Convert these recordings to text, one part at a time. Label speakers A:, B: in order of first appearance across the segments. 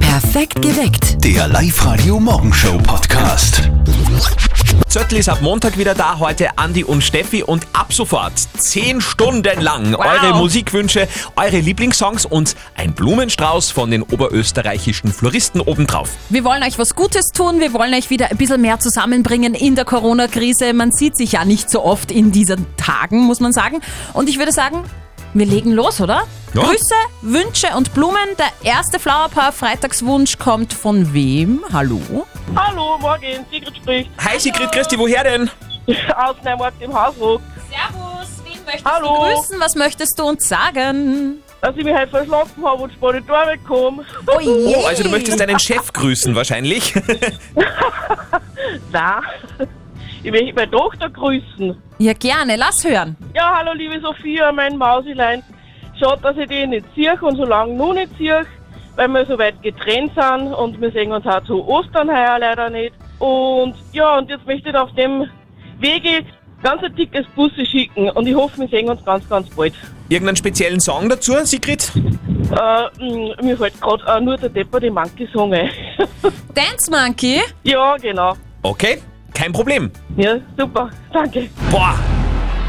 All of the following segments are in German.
A: Perfekt geweckt.
B: Der Live-Radio Morgenshow Podcast.
C: Zöttl ist ab Montag wieder da, heute Andi und Steffi und ab sofort 10 Stunden lang eure Musikwünsche, eure Lieblingssongs und ein Blumenstrauß von den oberösterreichischen Floristen obendrauf.
D: Wir wollen euch was Gutes tun, wir wollen euch wieder ein bisschen mehr zusammenbringen in der Corona-Krise. Man sieht sich ja nicht so oft in diesen Tagen, muss man sagen. Und ich würde sagen, wir legen los, oder?
C: Ja.
D: Grüße, Wünsche und Blumen. Der erste Flowerpaar Freitagswunsch kommt von wem? Hallo?
E: Hallo, morgen, Sigrid spricht.
C: Hi Sigrid Christi, woher denn?
E: Aus Neumarkt im Hausruck.
D: Servus, wen möchtest
E: Hallo.
D: grüßen? Was möchtest du uns sagen?
E: Dass ich mich heute verschlafen habe und spät in die Arbeit komme.
D: Oh, je.
C: Oh, also du möchtest deinen Chef grüßen wahrscheinlich.
E: Nein. Ich möchte meine Tochter grüßen.
D: Ja, gerne, lass hören.
E: Ja, hallo, liebe Sophia, mein Mausilein. Schade, dass ich dich nicht sehe und so lange nur nicht sehe, weil wir so weit getrennt sind und wir sehen uns auch zu Ostern heuer leider nicht. Und ja, und jetzt möchte ich auf dem Wege ganz ein dickes Busse schicken und ich hoffe, wir sehen uns ganz, ganz bald.
C: Irgendeinen speziellen Song dazu, Sigrid?
E: Äh, mh, mir fällt gerade auch nur der Depper die Mann gesungen.
D: Dance Monkey?
E: ja, genau.
C: Okay, kein Problem.
E: Ja, super, danke.
C: Boah!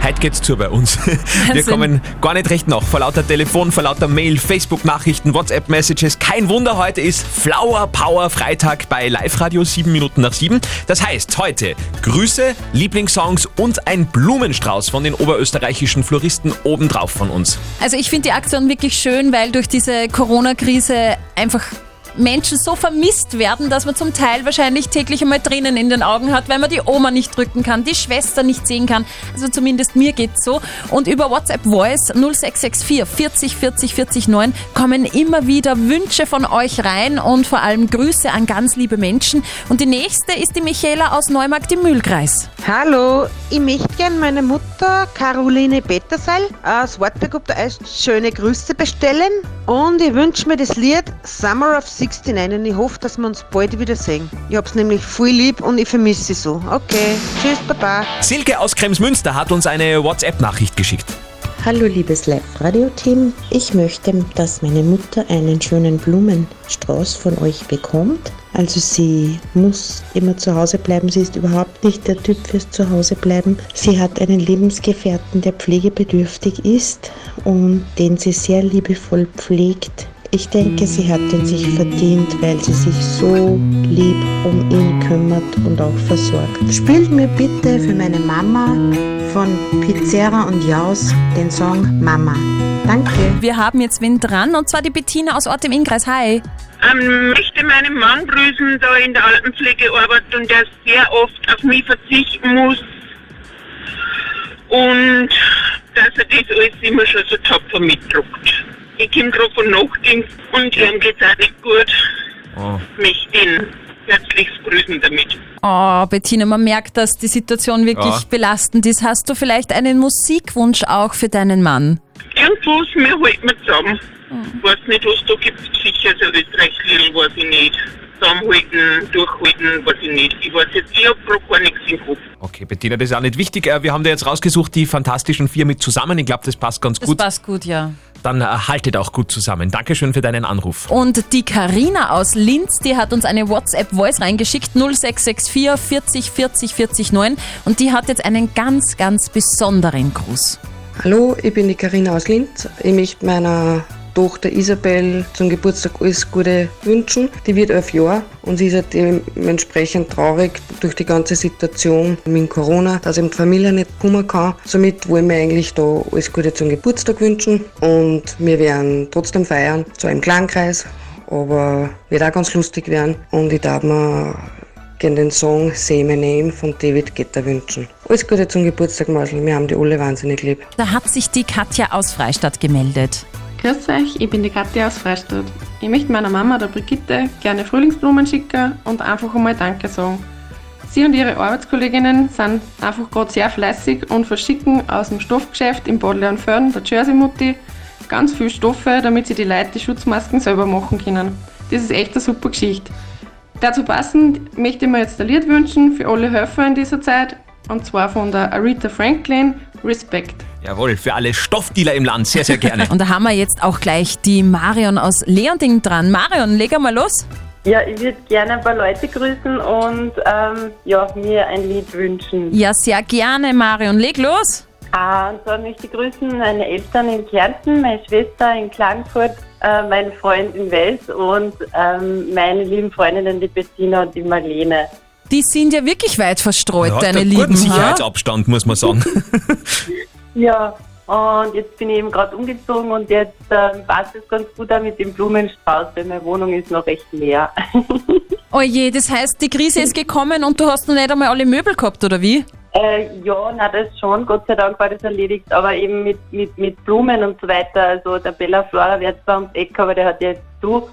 C: Heute geht's zu bei uns. Wir
D: Wahnsinn.
C: kommen gar nicht recht nach. Vor lauter Telefon, vor lauter Mail, Facebook-Nachrichten, WhatsApp-Messages. Kein Wunder, heute ist Flower Power Freitag bei Live Radio, sieben Minuten nach sieben. Das heißt, heute Grüße, Lieblingssongs und ein Blumenstrauß von den oberösterreichischen Floristen obendrauf von uns.
D: Also ich finde die Aktion wirklich schön, weil durch diese Corona-Krise einfach Menschen so vermisst werden, dass man zum Teil wahrscheinlich täglich einmal Tränen in den Augen hat, weil man die Oma nicht drücken kann, die Schwester nicht sehen kann. Also zumindest mir geht's so. Und über WhatsApp Voice 0664 40 40 40 9 kommen immer wieder Wünsche von euch rein und vor allem Grüße an ganz liebe Menschen. Und die nächste ist die Michaela aus Neumarkt im Mühlkreis.
F: Hallo, ich möchte gern meine Mutter Caroline Peterseil aus Wartburg ob der Eist schöne Grüße bestellen und ich wünsche mir das Lied Summer of 69 und ich hoffe, dass wir uns bald wieder sehen. Ich hab's nämlich voll lieb und ich vermisse sie so. Okay, tschüss, Baba.
C: Silke aus Kremsmünster hat uns eine WhatsApp-Nachricht geschickt.
G: Hallo liebes Live-Radio-Team, ich möchte, dass meine Mutter einen schönen Blumenstrauß von euch bekommt. Also sie muss immer zu Hause bleiben, sie ist überhaupt nicht der Typ fürs Zuhausebleiben. Sie hat einen Lebensgefährten, der pflegebedürftig ist und den sie sehr liebevoll pflegt. Ich denke, sie hat ihn sich verdient, weil sie sich so lieb um ihn kümmert und auch versorgt.
H: Spielt mir bitte für meine Mama von Pizzerra und Jaus den Song Mama. Danke.
D: Wir haben jetzt wen dran und zwar die Bettina aus Ort im Innkreis. Hi.
I: Ähm, möchte meinen Mann grüßen, da in der Altenpflege arbeitet und der sehr oft auf mich verzichten muss. Und dass er das alles immer schon so tapfer mitdruckt. Ich komme gerade von Nachtdienst und ihm geht es auch nicht gut. Möchte ihn herzlichst grüßen damit.
D: Oh, Bettina, man merkt, dass die Situation wirklich
C: Ja.
D: belastend ist. Hast du vielleicht einen Musikwunsch auch für deinen Mann?
I: Irgendwas, wir halten wir zusammen. Weiß nicht, was da gibt, sicher so Österreich-Lied, weiß ich nicht. Zusammenhalten, durchhalten, weiß ich nicht. Ich weiß jetzt, ich hab gerade gar nichts im Kopf.
C: Okay, Bettina, das ist auch nicht wichtig. Äh, Wir haben dir jetzt rausgesucht, die Fantastischen Vier mit zusammen. Ich glaube, das passt ganz gut.
D: passt gut, ja.
C: Dann äh, haltet auch gut zusammen. Dankeschön für deinen Anruf.
D: Und die Karina aus Linz, die hat uns eine WhatsApp-Voice reingeschickt, 0664 40 40 40 9. Und die hat jetzt einen ganz, ganz besonderen Gruß.
J: Hallo, ich bin die Karina aus Linz. Ich möchte meiner Tochter Isabel zum Geburtstag alles Gute wünschen. Die wird elf Jahre und sie ist halt dementsprechend traurig durch die ganze Situation mit Corona, dass eben die Familie nicht kommen kann. Somit wollen wir eigentlich da alles Gute zum Geburtstag wünschen und wir werden trotzdem feiern, zwar im Klangkreis, aber wird auch ganz lustig werden und ich darf mir gerne den Song Say My Name von David Guetta wünschen. Alles Gute zum Geburtstag, Marcel. Wir haben die alle wahnsinnig lieb.
D: Da hat sich die Katja aus Freistadt gemeldet.
K: Grüß euch, ich bin die Katja aus Freistadt. Ich möchte meiner Mama, der Brigitte, gerne Frühlingsblumen schicken und einfach einmal Danke sagen. Sie und ihre Arbeitskolleginnen sind einfach gerade sehr fleißig und verschicken aus dem Stoffgeschäft im Bodle und Föhrn, der Jersey Mutti, ganz viel Stoffe, damit sie die Leute die Schutzmasken selber machen können. Das ist echt eine super Geschichte. Dazu passend möchte ich mir jetzt ein Lied wünschen für alle Helfer in dieser Zeit und zwar von der Aretha Franklin, Respect.
C: Jawohl, für alle Stoffdealer im Land, sehr, sehr gerne.
D: Und da haben wir jetzt auch gleich die Marion aus Leonding dran. Marion, leg einmal los.
E: Ja, ich würde gerne ein paar Leute grüßen und ähm, ja, mir ein Lied wünschen.
D: Ja, sehr gerne, Marion. Leg los!
E: Ah, und zwar möchte ich grüßen meine Eltern in Kärnten, meine Schwester in Klagenfurt, äh, meinen Freund in Wels und ähm, meine lieben Freundinnen, die Bettina und die Marlene.
D: Die sind ja wirklich weit verstreut,
C: Ja,
D: deine
C: der
D: Lieben.
C: guten
D: ha?
C: Sicherheitsabstand, muss man sagen.
E: Ja, und jetzt bin ich eben gerade umgezogen und jetzt ähm, passt es ganz gut auch mit dem Blumenstrauß, weil meine Wohnung ist noch recht leer.
D: Oje, Oh das heißt, die Krise ist gekommen und du hast noch nicht einmal alle Möbel gehabt, oder wie?
E: Äh, ja, na das schon, Gott sei Dank war das erledigt, aber eben mit, mit, mit Blumen und so weiter. Also der Bella Flora wird zwar ums Eck, aber der hat ja jetzt zu.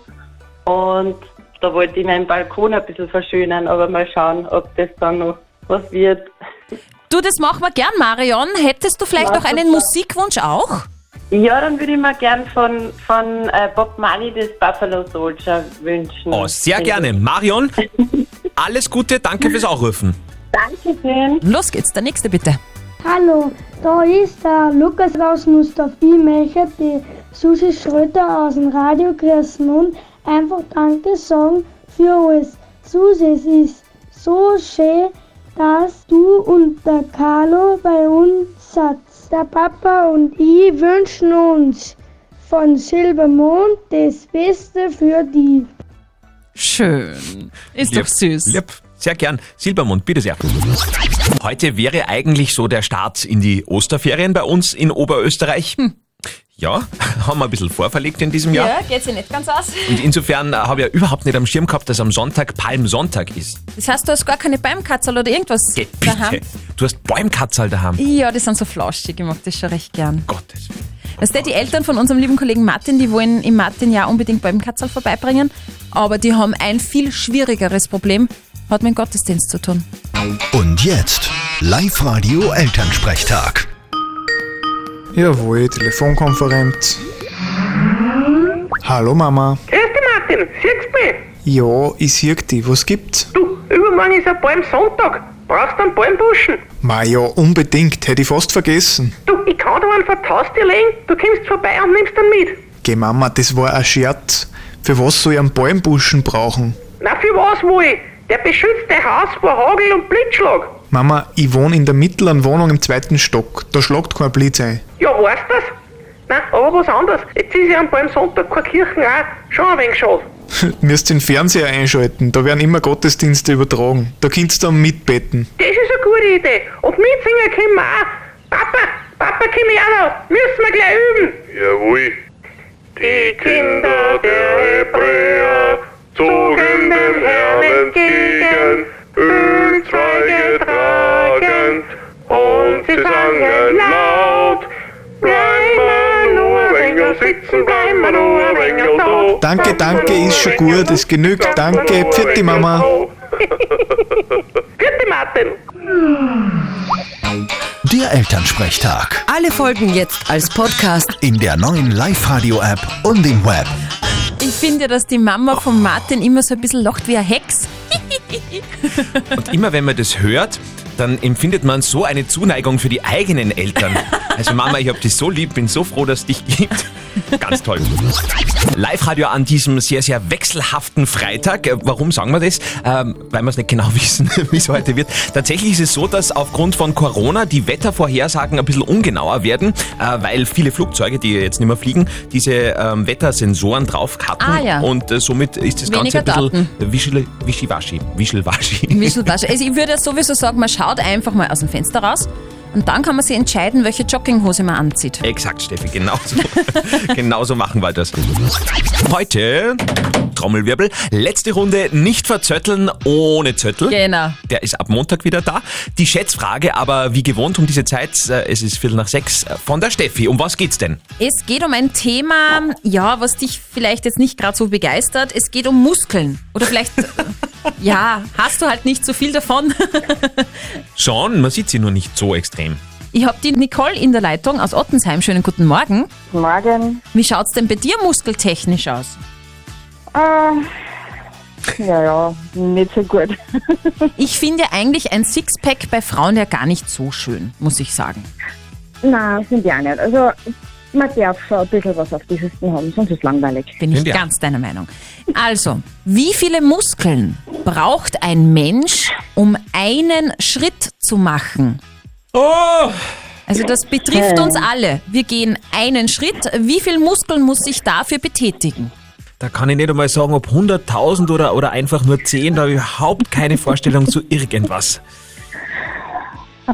E: Und da wollte ich meinen Balkon ein bisschen verschönern, aber mal schauen, ob das dann noch was wird.
D: Du, das machen wir gern, Marion. Hättest du vielleicht
E: Ja,
D: noch einen Musikwunsch auch?
E: Ja, dann würde ich mir gern von, von äh, Bob Marley das Buffalo Soldier wünschen.
C: Oh, sehr gerne. Marion, alles Gute, danke fürs Aufrufen.
E: Dankeschön.
D: Los geht's, der nächste bitte.
L: Hallo, da ist der Lukas aus Mustafi Melcher, die Susi Schröter aus dem Radio Grüß nun einfach Danke sagen für alles. Susi, es ist so schön, dass du und der Carlo bei uns seid. Der Papa und ich wünschen uns von Silbermond das Beste für dich.
D: Schön. Ist
C: Lieb,
D: doch süß.
C: Lieb. Sehr gern. Silbermund, bitte sehr. Heute wäre eigentlich so der Start in die Osterferien bei uns in Oberösterreich.
D: Hm.
C: Ja, haben wir ein bisschen vorverlegt in diesem Jahr.
D: geht's dir nicht ganz aus.
C: Und insofern äh, habe ich ja überhaupt nicht am Schirm gehabt, dass am Sonntag Palmsonntag ist.
D: Das heißt, du hast gar keine Beimkatzel oder irgendwas
C: Geh
D: daheim?
C: bitte. Du hast Bäumkatzerl daheim.
D: Ja, die sind so flauschig, ich mag das schon recht gern.
C: Gottes Willen.
D: Weißt du, die Eltern von unserem lieben Kollegen Martin, die wollen im Martin-Jahr unbedingt beim Katzerl vorbeibringen, aber die haben ein viel schwierigeres Problem, hat mit dem Gottesdienst zu tun.
B: Und jetzt Live-Radio Elternsprechtag.
M: Jawohl, Telefonkonferenz. Hallo Mama.
I: Grüß dich, Martin. Siehst du mich?
M: Ja, ich sieg dich, was gibt's?
I: Du, übermorgen ist ein Palmsonntag. Brauchst du einen Palmbuschen?
M: Ma ja, unbedingt, hätte ich fast vergessen.
I: Du, ich kann dir einen vor die Haustür legen. Du kommst vorbei und nimmst ihn mit.
M: Geh Mama, das war ein Scherz. Für was soll ich einen Bäumbuschen brauchen?
I: Na, für was wohl? Der beschützt dein Haus vor Hagel und Blitzschlag.
M: Mama, ich wohne in der mittleren Wohnung im zweiten Stock. Da schlagt kein Blitz ein.
I: Ja, weißt du das? Na, aber was anderes. Jetzt ist ja am Palmsonntag keine Kirchen auch schon ein wenig schade.
M: Müsst den Fernseher einschalten, da werden immer Gottesdienste übertragen. Da könnt's dann mitbeten.
I: Das ist eine gute Idee. Und mitsingen können wir auch. Papa, Papa, komm her noch. Müssen wir gleich üben.
N: Jawohl.
I: Die Kinder der Hebräer
N: zogen dem Herrn entgegen, Ölzweige tragend, und sie sangen laut. Bleib mal nur ein wenig sitzen, bleib mal nur ein wenig da.
M: Danke, danke, ist schon gut, es genügt. Danke, pfiat die Mama.
I: Bitte, Martin.
B: Der Elternsprechtag.
O: Alle Folgen jetzt als Podcast.
B: In der neuen Live-Radio-App und im Web.
D: Ich finde, ja, dass die Mama von Martin immer so ein bisschen lacht wie ein Hex.
C: Und immer wenn man das hört, dann empfindet man so eine Zuneigung für die eigenen Eltern. Also Mama, ich hab dich so lieb, bin so froh, dass es dich gibt. Ganz toll. Live-Radio an diesem sehr, sehr wechselhaften Freitag. Äh, Warum sagen wir das? Ähm, weil wir es nicht genau wissen, wie es heute wird. Tatsächlich ist es so, dass aufgrund von Corona die Wettervorhersagen ein bisschen ungenauer werden, äh, weil viele Flugzeuge, die jetzt nicht mehr fliegen, diese ähm, Wettersensoren drauf hatten.
D: Ah, ja.
C: Und äh, somit ist das
D: Weniger
C: Ganze ein bisschen wischel, wischiwaschi. Wischelwaschi.
D: Wischelwasche. Also ich würde ja sowieso sagen, man schaut einfach mal aus dem Fenster raus und dann kann man sich entscheiden, welche Jogginghose man anzieht.
C: Exakt, Steffi, genauso. genauso machen wir das. Heute, Trommelwirbel, letzte Runde nicht verzötteln ohne Zöttel.
D: Genau.
C: Der ist ab Montag wieder da. Die Schätzfrage, aber wie gewohnt um diese Zeit, äh, es ist Viertel nach sechs, äh, von der Steffi. Um was geht's denn?
D: Es geht um ein Thema, ja, was dich vielleicht jetzt nicht gerade so begeistert. Es geht um Muskeln. Oder vielleicht, ja, hast du halt nicht so viel davon.
C: Schon, man sieht sie nur nicht so extrem.
D: Ich habe die Nicole in der Leitung aus Ottensheim. Schönen guten Morgen. Guten Morgen. Wie schaut's denn bei dir muskeltechnisch aus?
P: Ah,
E: Ja, ja, nicht so gut.
D: Ich finde ja eigentlich ein Sixpack bei Frauen ja gar nicht so schön, muss ich sagen.
E: Nein, sind ja nicht. Also
P: Man darf schon ein bisschen was auf die Hüften haben, sonst ist es langweilig.
D: Bin ich ganz deiner Meinung. Also, wie viele Muskeln braucht ein Mensch, um einen Schritt zu machen?
C: Oh!
D: Also das betrifft uns alle. Wir gehen einen Schritt. Wie viele Muskeln muss ich dafür betätigen?
C: Da kann ich nicht einmal sagen, ob 100.000 oder, oder einfach nur 10, da habe ich überhaupt keine Vorstellung zu irgendwas.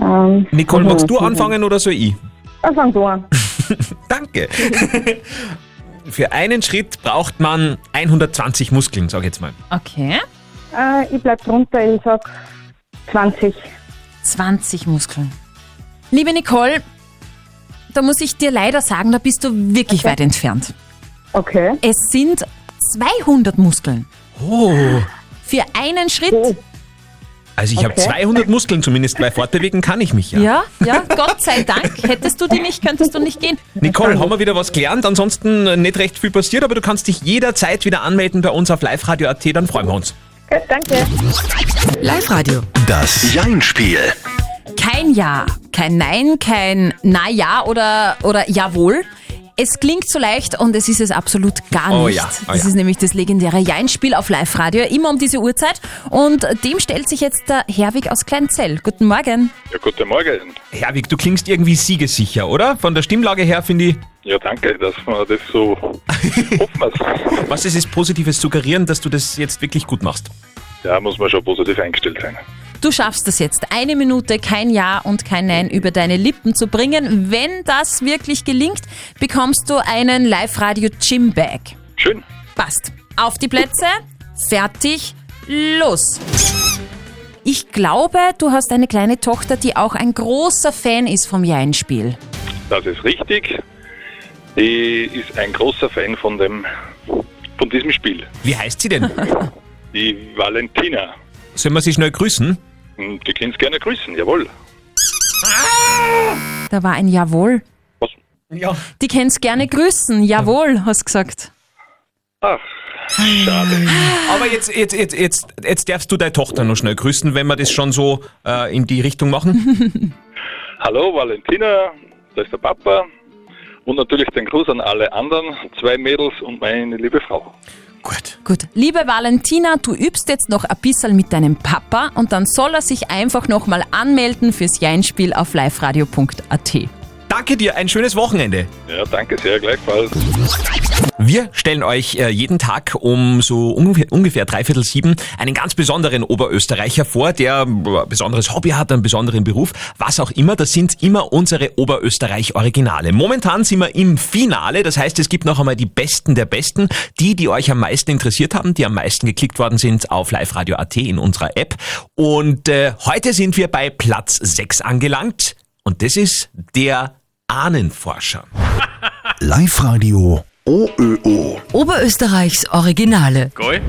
P: Ähm,
C: Nicole, magst du
P: mhm.
C: anfangen oder soll ich?
P: Dann fang du an.
C: Danke. Für einen Schritt braucht man 120 Muskeln, sag ich jetzt mal.
D: Okay.
P: Äh, ich bleib drunter, ich sag 20.
D: 20 Muskeln. Liebe Nicole, da muss ich dir leider sagen, da bist du wirklich weit entfernt.
P: Okay.
D: Es sind 200 Muskeln.
C: Oh.
D: Für einen Schritt.
C: Also ich habe
D: Okay.
C: 200 Muskeln zumindest, bei fortbewegen kann ich mich ja.
D: Ja. ja, Gott sei Dank. Hättest du die nicht, könntest du nicht gehen.
C: Nicole, haben wir wieder was gelernt, ansonsten äh, nicht recht viel passiert, aber du kannst dich jederzeit wieder anmelden bei uns auf liveradio.at, dann freuen wir uns.
P: danke.
D: Live Radio.
B: Das Jein-Spiel.
D: Kein Ja, kein Nein, kein Na ja oder, oder Jawohl. Es klingt so leicht und es ist es absolut gar nicht.
Q: Oh ja, oh
D: Das
Q: ja.
D: ist nämlich das legendäre Jein-Spiel auf Live-Radio, immer um diese Uhrzeit. Und dem stellt sich jetzt der Herwig aus Kleinzell. Guten Morgen.
R: Ja, guten Morgen.
C: Herwig, du klingst irgendwie siegessicher, oder? Von der Stimmlage her finde ich,
R: Ja, danke, dass man das so.
C: was ist es positives Suggerieren, dass du das jetzt wirklich gut machst?
R: Ja, muss man schon positiv eingestellt sein.
D: Du schaffst es jetzt, eine Minute kein Ja und kein Nein über deine Lippen zu bringen. Wenn das wirklich gelingt, bekommst du einen Live-Radio-Gym-Bag.
R: Schön.
D: Passt. Auf die Plätze, fertig, los. Ich glaube, du hast eine kleine Tochter, die auch ein großer Fan ist vom Jein-Spiel.
R: Das ist richtig. Die ist ein großer Fan von dem, von diesem Spiel.
C: Wie heißt sie denn?
R: Die Valentina.
C: Sollen wir sie schnell grüßen?
R: Und Die könnt gerne grüßen, jawohl.
D: Da war ein Jawohl.
C: Ja.
D: Die kennst gerne grüßen. Jawohl, hast gesagt.
R: Ach, schade.
C: Aber jetzt, jetzt, jetzt, jetzt, jetzt darfst du deine Tochter noch schnell grüßen, wenn wir das schon so äh, in die Richtung machen.
R: Hallo Valentina, da ist der Papa. Und natürlich den Gruß an alle anderen, zwei Mädels und meine liebe Frau.
D: Gut. Liebe Valentina, du übst jetzt noch ein bisschen mit deinem Papa und dann soll er sich einfach nochmal anmelden fürs Jein-Spiel auf liveradio.at.
C: Danke dir, ein schönes Wochenende.
R: Ja, danke sehr, gleichfalls.
C: Wir stellen euch äh, jeden Tag um so ungefähr, ungefähr dreiviertel sieben einen ganz besonderen Oberösterreicher vor, der äh, ein besonderes Hobby hat, einen besonderen Beruf, was auch immer. Das sind immer unsere Oberösterreich-Originale. Momentan sind wir im Finale, das heißt, es gibt noch einmal die Besten der Besten, die, die euch am meisten interessiert haben, die am meisten geklickt worden sind auf liveradio.at in unserer App. Und äh, heute sind wir bei Platz sechs angelangt und das ist der Ahnenforscher.
B: Live-Radio OÖO.
O: Oberösterreichs Originale.
C: Goal.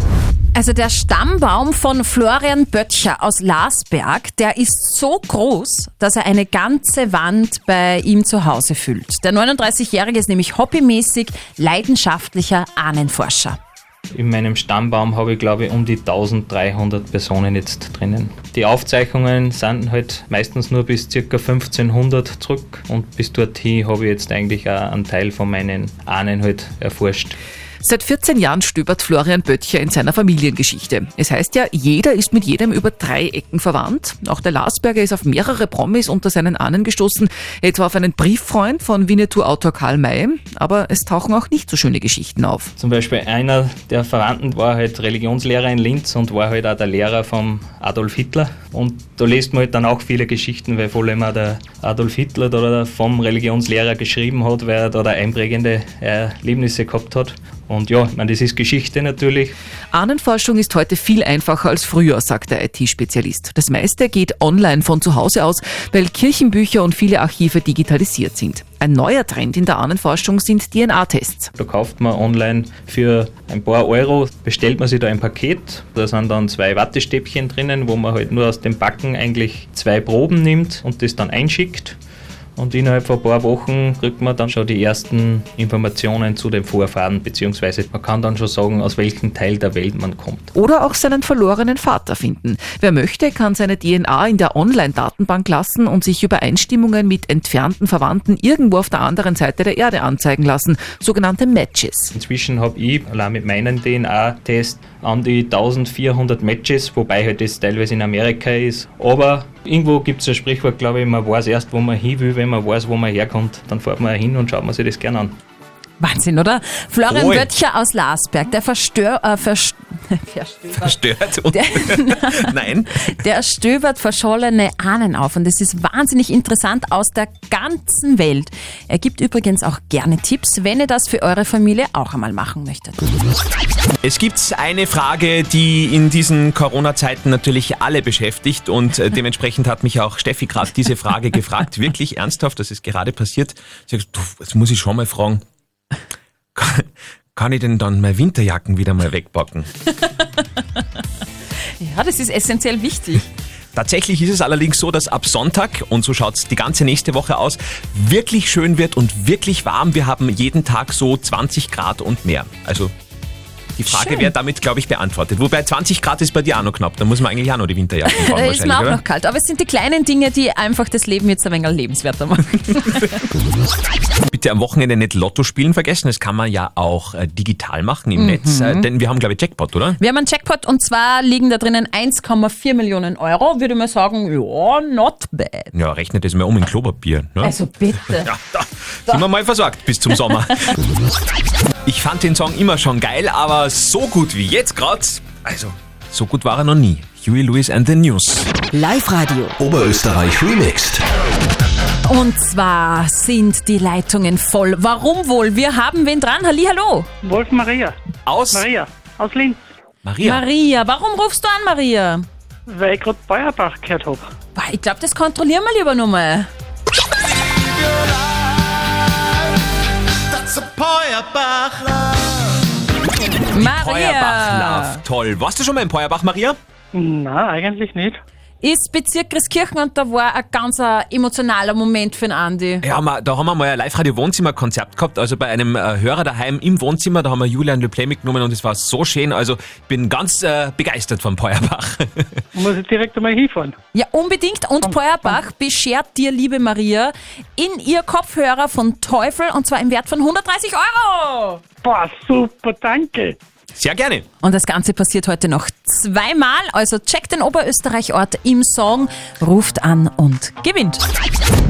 D: Also der Stammbaum von Florian Böttcher aus Larsberg, der ist so groß, dass er eine ganze Wand bei ihm zu Hause füllt. Der 39-Jährige ist nämlich hobbymäßig leidenschaftlicher Ahnenforscher.
J: In meinem Stammbaum habe ich glaube ich um die 1300 Personen jetzt drinnen. Die Aufzeichnungen sind halt meistens nur bis ca. 1500 zurück und bis dorthin habe ich jetzt eigentlich auch einen Teil von meinen Ahnen halt erforscht.
S: Seit 14 Jahren stöbert Florian Böttcher in seiner Familiengeschichte. Es heißt ja, jeder ist mit jedem über drei Ecken verwandt. Auch der Larsberger ist auf mehrere Promis unter seinen Ahnen gestoßen, etwa auf einen Brieffreund von Winnetou-Autor Karl May. Aber es tauchen auch nicht so schöne Geschichten auf.
J: Zum Beispiel einer der Verwandten war halt Religionslehrer in Linz und war halt auch der Lehrer vom Adolf Hitler. Und da liest man halt dann auch viele Geschichten, weil vor allem auch der Adolf Hitler da da vom Religionslehrer geschrieben hat, weil er da da einprägende Erlebnisse gehabt hat. Und ja, ich meine, das ist Geschichte natürlich.
S: Ahnenforschung ist heute viel einfacher als früher, sagt der IT-Spezialist. Das meiste geht online von zu Hause aus, weil Kirchenbücher und viele Archive digitalisiert sind. Ein neuer Trend in der Ahnenforschung sind DNA-Tests.
J: Da kauft man online für ein paar Euro, bestellt man sich da ein Paket. Da sind dann zwei Wattestäbchen drinnen, wo man halt nur aus dem Backen eigentlich zwei Proben nimmt und das dann einschickt. Und innerhalb von ein paar Wochen kriegt man dann schon die ersten Informationen zu den Vorfahren, beziehungsweise man kann dann schon sagen, aus welchem Teil der Welt man kommt.
S: Oder auch seinen verlorenen Vater finden. Wer möchte, kann seine DNA in der Online-Datenbank lassen und sich Übereinstimmungen mit entfernten Verwandten irgendwo auf der anderen Seite der Erde anzeigen lassen, sogenannte Matches.
J: Inzwischen habe ich allein mit meinem DNA-Test an die 1400 Matches, wobei halt das teilweise in Amerika ist. Aber irgendwo gibt es ein Sprichwort, glaube ich, man weiß erst, wo man hin will, wenn man weiß, wo man herkommt. Dann fährt man hin und schaut man sich das gerne an.
D: Wahnsinn, oder? Florian
C: Voll.
D: Wöttcher aus Larsberg, der Verstör, äh, Verst Verstöber.
C: Verstört und. Nein.
D: Der stöbert verschollene Ahnen auf und es ist wahnsinnig interessant aus der ganzen Welt. Er gibt übrigens auch gerne Tipps, wenn ihr das für eure Familie auch einmal machen möchtet.
C: Es gibt eine Frage, die in diesen Corona-Zeiten natürlich alle beschäftigt und äh, dementsprechend hat mich auch Steffi gerade diese Frage gefragt, wirklich ernsthaft, das ist gerade passiert. Sie hat gesagt, "Puh, jetzt muss ich schon mal fragen, kann, kann ich denn dann meine Winterjacken wieder mal wegpacken?
D: Ja, das ist essentiell wichtig.
C: Tatsächlich ist es allerdings so, dass ab Sonntag, und so schaut's die ganze nächste Woche aus, wirklich schön wird und wirklich warm. Wir haben jeden Tag so 20 Grad und mehr. Also die Frage
D: Schön.
C: wäre damit, glaube ich, beantwortet. Wobei 20 Grad ist bei dir auch noch knapp. Da muss man eigentlich auch noch die Winterjacke
D: Da ist
C: fahren
D: mir
C: wahrscheinlich,
D: auch
C: oder?
D: noch kalt. Aber es sind die kleinen Dinge, die einfach das Leben jetzt ein wenig lebenswerter machen.
C: Bitte am Wochenende nicht Lotto spielen vergessen. Das kann man ja auch äh, digital machen im
D: Mhm.
C: Netz. Äh, denn wir haben, glaube ich, Jackpot, oder?
D: Wir haben einen Jackpot und zwar liegen da drinnen 1,4 Millionen Euro. Würde man sagen, ja, not bad.
C: Ja, rechnet das mal um in Klopapier. Ne?
D: Also bitte.
C: Ja, da sind wir mal versorgt bis zum Sommer. ich fand den Song immer schon geil, aber so gut wie jetzt gerade, also so gut war er noch nie. Huey Lewis and the News.
O: Live Radio.
B: Oberösterreich Remixed.
D: Und zwar sind die Leitungen voll. Warum wohl? Wir haben wen dran. Hallihallo.
Q: Wolf Maria.
C: Aus?
Q: Maria, aus Linz.
C: Maria.
D: Maria, warum rufst du an, Maria?
Q: Weil ich gerade Feuerbach gehört habe.
D: Boah, Ich glaube, das kontrollieren wir lieber nochmal. Maria.
C: Feuerbach Love. Toll. Warst du schon mal in Feuerbach, Maria?
Q: Na, eigentlich nicht.
D: Ist Bezirk Christkirchen und da war ein ganz äh, emotionaler Moment für den Andi.
C: Ja, ma- da haben wir mal ein Live-Radio-Wohnzimmer-Konzert gehabt, also bei einem äh, Hörer daheim im Wohnzimmer, da haben wir Julian Le Play mitgenommen und es war so schön, also ich bin ganz äh, begeistert von Feuerbach.
Q: Muss ich direkt einmal hinfahren.
D: Ja, unbedingt. Und Feuerbach beschert dir, liebe Maria, in ihr Kopfhörer von Teufel und zwar im Wert von 130 Euro.
Q: Boah, super, danke.
C: Sehr gerne.
D: Und das Ganze passiert heute noch zweimal. Also checkt den Oberösterreichort im Song, ruft an und gewinnt.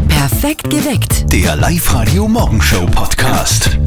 O: Perfekt geweckt.
B: Der Live-Radio Morgenshow Podcast.